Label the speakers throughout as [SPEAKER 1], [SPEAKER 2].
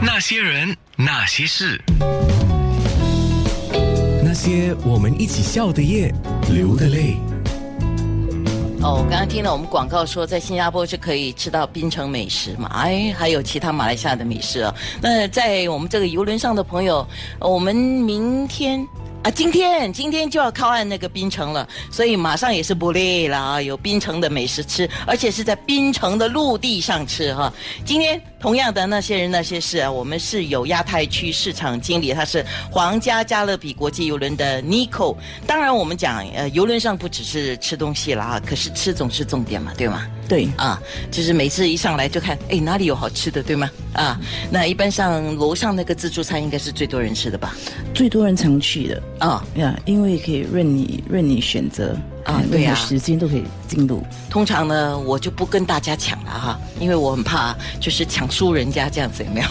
[SPEAKER 1] 那些人，那些事，
[SPEAKER 2] 那些我们一起笑的夜，流的泪。
[SPEAKER 3] 哦，我刚刚听了我们广告说，在新加坡是可以吃到槟城美食嘛，哎，还有其他马来西亚的美食啊。那在我们这个游轮上的朋友，呃我们明天啊，今天今天就要靠岸那个槟城了，所以马上也是不累了啊，有槟城的美食吃，而且是在槟城的陆地上吃哈、今天同样的那些人那些事啊，我们是有亚太区市场经理，他是皇家加勒比国际邮轮的 Nico。当然，我们讲呃，游轮上不只是吃东西啦，可是吃总是重点嘛，对吗？
[SPEAKER 4] 对，
[SPEAKER 3] 啊，就是每次一上来就看，哎，哪里有好吃的，对吗？啊，那一般上楼上那个自助餐应该是最多人吃的吧？
[SPEAKER 4] 最多人常去的
[SPEAKER 3] 啊，
[SPEAKER 4] 呀因为可以任你任你选择
[SPEAKER 3] 啊
[SPEAKER 4] 嗯
[SPEAKER 3] 对呀
[SPEAKER 4] 任何时间都可以进入。
[SPEAKER 3] 通常呢，我就不跟大家抢了哈，因为我很怕就是抢输人家这样子，有没 有？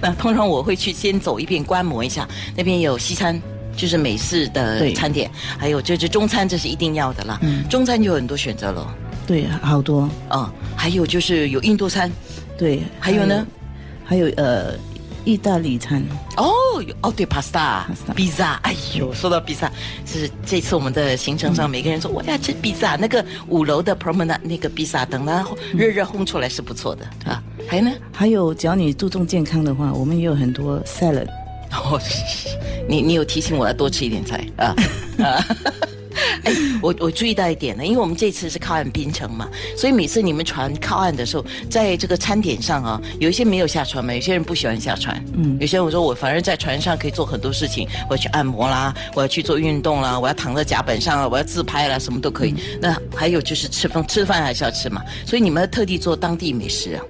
[SPEAKER 3] 那通常我会去先走一遍，观摩一下，那边有西餐。就是美式的
[SPEAKER 4] 对嗯
[SPEAKER 3] 餐点，还有就是中餐，这是一定要的啦。中餐就有很多选择了，
[SPEAKER 4] 对，好多。
[SPEAKER 3] 嗯，还有就是有印度餐，
[SPEAKER 4] 对，
[SPEAKER 3] 还有呢？
[SPEAKER 4] 还有呃，意大利餐。
[SPEAKER 3] 哦有哦，对，pasta、
[SPEAKER 4] Pasta
[SPEAKER 3] pizza，哎呦，说到 pizza，是这次我们的行程
[SPEAKER 4] 嗯
[SPEAKER 3] 上，每个人说我要吃 pizza，那个五楼的 promenade 那个 pizza，等它热热烘出来是不错的啊。还有呢？
[SPEAKER 4] 还有，只要你注重健康的话，我们也有很多 salad。
[SPEAKER 3] 哦，你你有提醒我要多吃一点菜啊啊！ 哎，我我注意到一点了，因为我们这次是靠岸槟城嘛，所以每次你们船靠岸的时候，在这个餐点上啊，有一些没有下船嘛，有些人不喜欢下船，嗯，有些人我说我反正在船上可以做很多事情，我要去按摩啦，我要去做运动啦，我要躺在甲板上啊，我要自拍啦，什么都可以。那还有就是吃饭，吃饭还是要吃嘛，所以你们特地做当地美食啊，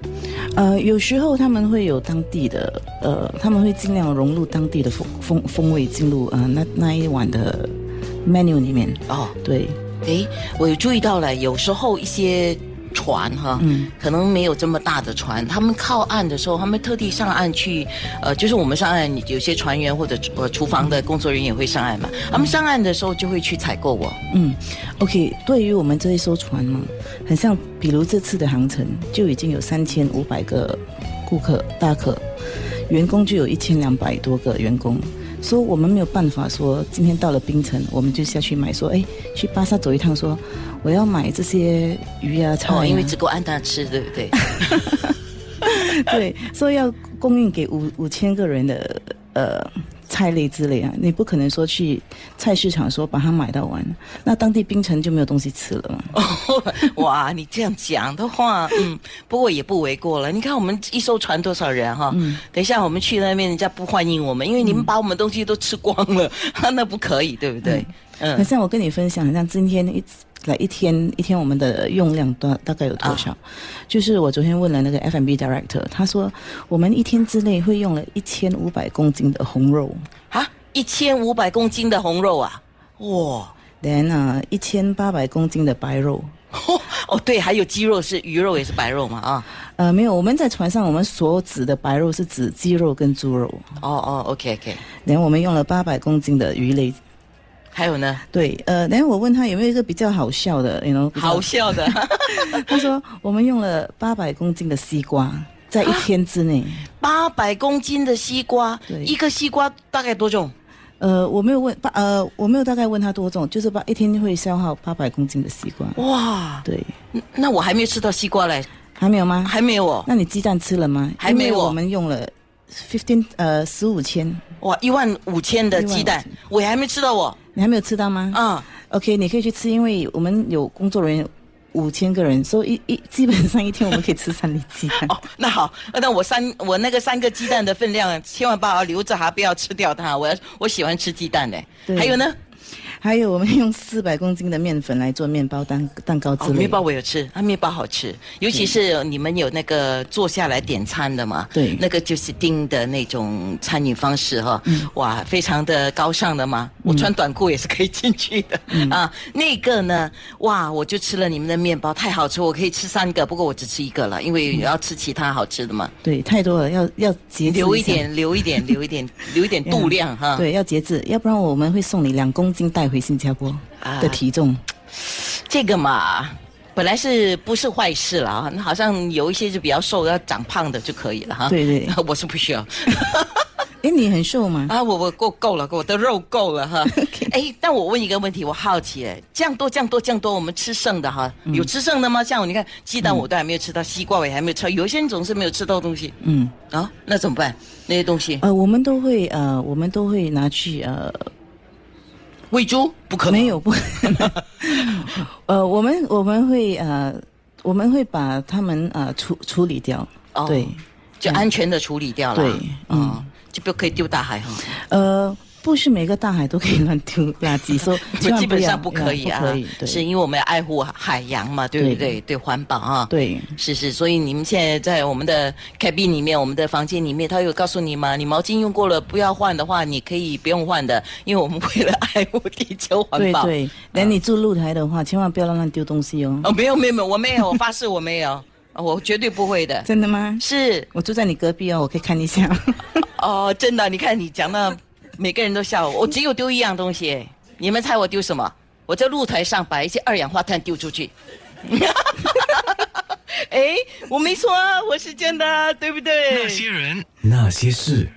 [SPEAKER 4] 呃，有时候他们会有当地的，呃，他们会尽量融入当地的风风风味进入啊、呃那那一晚的 menu 里面。
[SPEAKER 3] 哦。
[SPEAKER 4] 对，
[SPEAKER 3] 诶，我有注意到了，有时候一些船哈，嗯，可能没有这么大的船，他们靠岸的时候，他们特地上岸去，呃，就是我们上岸，有些船员或者呃厨房的工作人员也会上岸嘛，他们上岸的时候就会去采购 哦，
[SPEAKER 4] 嗯，OK，对于我们这一艘船嘛，很像，比如这次的航程就已经有三千五百个顾客大客，员工就有一千两百多个员工，所以我们没有办法说今天到了槟城，我们就下去买说，哎，去巴萨走一趟说，我要买这些鱼啊、菜啊、
[SPEAKER 3] 哦， 因为只够安娜吃，对不对？
[SPEAKER 4] 对，所以要供应给五五千个人的呃菜类之类啊，你不可能说去菜市场说把它买到完，那当地槟城就没有东西吃了嘛。
[SPEAKER 3] 哇，你这样讲的话，嗯，不过也不为过了。你看我们一艘船多少人哈？等一下我们去那边，人家不欢迎我们，因为你们把我们东西都吃光了， 那不可以，对不对？嗯嗯
[SPEAKER 4] 很像我跟你分享，很像今天一来一天一天我们的用量大大概有多
[SPEAKER 3] 啊
[SPEAKER 4] 少？就是我昨天问了那个 F&B director，他说我们一天之内会用了一千五百公斤的红肉，
[SPEAKER 3] 啊，一千五百公斤的红肉啊！哇，
[SPEAKER 4] 连啊一千八百公斤的白肉。
[SPEAKER 3] 哦对，还有鸡肉是鱼肉也是白肉嘛啊！
[SPEAKER 4] 呃，没有，我们在船上我们所指的白肉是指鸡肉跟猪肉，
[SPEAKER 3] 哦哦，OK OK，
[SPEAKER 4] 然后我们用了八百公斤的鱼类。
[SPEAKER 3] 还有呢，
[SPEAKER 4] 对，呃，然后我问他有没有一个比较好笑的，你 know，
[SPEAKER 3] 好笑的，
[SPEAKER 4] 他说我们用了八百公斤的西瓜，在一天之内。
[SPEAKER 3] 八百公斤的西瓜，
[SPEAKER 4] 对
[SPEAKER 3] 一个西瓜大概多重？
[SPEAKER 4] 呃，我没有问八，呃，我没有大概问他多重，就是八一天会消耗八百公斤的西瓜。
[SPEAKER 3] 哇，
[SPEAKER 4] 对，
[SPEAKER 3] 嗯那我还没有吃到西瓜嘞，
[SPEAKER 4] 还没有吗？
[SPEAKER 3] 还没有哦。
[SPEAKER 4] 那你鸡蛋吃了吗？
[SPEAKER 3] 还没有
[SPEAKER 4] 因为我们用了 fifteen 呃十五千，
[SPEAKER 3] 哇，一万五千的鸡蛋，我也还没吃到哦我
[SPEAKER 4] 你还没有吃到吗？
[SPEAKER 3] 啊、
[SPEAKER 4] OK，你可以去吃，因为我们有工作人员五千个人，所以一一基本上一天我们可以吃三粒鸡蛋。
[SPEAKER 3] 哦，那好，那我三我那个三个鸡蛋的分量，千万不要留着哈，不要吃掉它。我要我喜欢吃鸡蛋嘞。
[SPEAKER 4] 对
[SPEAKER 3] 还有呢，
[SPEAKER 4] 还有我们用四百公斤的面粉来做面包蛋蛋糕之
[SPEAKER 3] 哦，
[SPEAKER 4] 类的。
[SPEAKER 3] 面包我有吃，啊，面包好吃，尤其是你们有那个坐下来点餐的嘛，
[SPEAKER 4] 对
[SPEAKER 3] 那个就是丁的那种餐饮方式哈，
[SPEAKER 4] 嗯
[SPEAKER 3] 哇，非常的高尚的嘛，我穿短裤也是可以进去的、
[SPEAKER 4] 嗯
[SPEAKER 3] 啊。那个呢，哇，我就吃了你们的面包，太好吃，我可以吃三个，不过我只吃一个了，因为要吃其他好吃的嘛，
[SPEAKER 4] 对，太多了，要要节制
[SPEAKER 3] 留一
[SPEAKER 4] 嗯一下。
[SPEAKER 3] 点，留一点，留一点，留一点度量哈。
[SPEAKER 4] 对，要节制，要不然我们会送你两公斤带回新加坡
[SPEAKER 3] 啊
[SPEAKER 4] 的体重。
[SPEAKER 3] 这个嘛，本来是不是坏事了啊？好像有一些是比较瘦要长胖的就可以了哈。
[SPEAKER 4] 对对
[SPEAKER 3] 我是不需要。
[SPEAKER 4] 哎，你很瘦吗？
[SPEAKER 3] 啊，我我够够了，我的肉够了 哈。哎，但我问一个问题，我好奇，哎，酱多酱多酱多，我们吃剩的哈，
[SPEAKER 4] 嗯
[SPEAKER 3] 有吃剩的吗？像我你看，鸡蛋我都还没有吃到，西瓜我也还没有吃到，有一些人总是没有吃到东西
[SPEAKER 4] 嗯，
[SPEAKER 3] 啊，那怎么办？那些东西
[SPEAKER 4] 呃，我们都会呃，我们都会拿去呃，
[SPEAKER 3] 喂猪不可能，
[SPEAKER 4] 没有 不可能，呃，我们我们会呃，我们会把它们呃处处理掉。
[SPEAKER 3] 哦
[SPEAKER 4] 对，
[SPEAKER 3] 就安全的处理掉了。
[SPEAKER 4] 对
[SPEAKER 3] 嗯，就不可以丢大海哈。
[SPEAKER 4] 呃，不是每个大海都可以乱丢垃 圾，所以千万
[SPEAKER 3] 基本上
[SPEAKER 4] 不
[SPEAKER 3] 不
[SPEAKER 4] 要呃
[SPEAKER 3] 可以啊，
[SPEAKER 4] 不可以，
[SPEAKER 3] 是
[SPEAKER 4] 对，
[SPEAKER 3] 因为我们要爱护海洋嘛，对不对？对
[SPEAKER 4] 对
[SPEAKER 3] 环保啊。。
[SPEAKER 4] 对，
[SPEAKER 3] 是是，所以你们现在在我们的 cabin 里面，我们的房间里面，他有告诉你吗？你毛巾用过了不要换的话，你可以不用换的，因为我们为了爱护地球环
[SPEAKER 4] 对
[SPEAKER 3] 保。嗯
[SPEAKER 4] 对。等你住露台的话，千万不要乱乱丢东西哦。
[SPEAKER 3] 哦，没有没有没有，我没有，我发誓我没有，我绝对不会 的。
[SPEAKER 4] 真的吗？
[SPEAKER 3] 是
[SPEAKER 4] 我住在你隔壁哦，我可以看一下。
[SPEAKER 3] 哦，真的，你看你讲到每个人都笑我，我只有丢一样东西，你们猜我丢什么？我在露台上把一些二氧化碳丢出去。 哎，我没说啊，我是真的啊，对不对？
[SPEAKER 1] 那些人。
[SPEAKER 2] 那些事。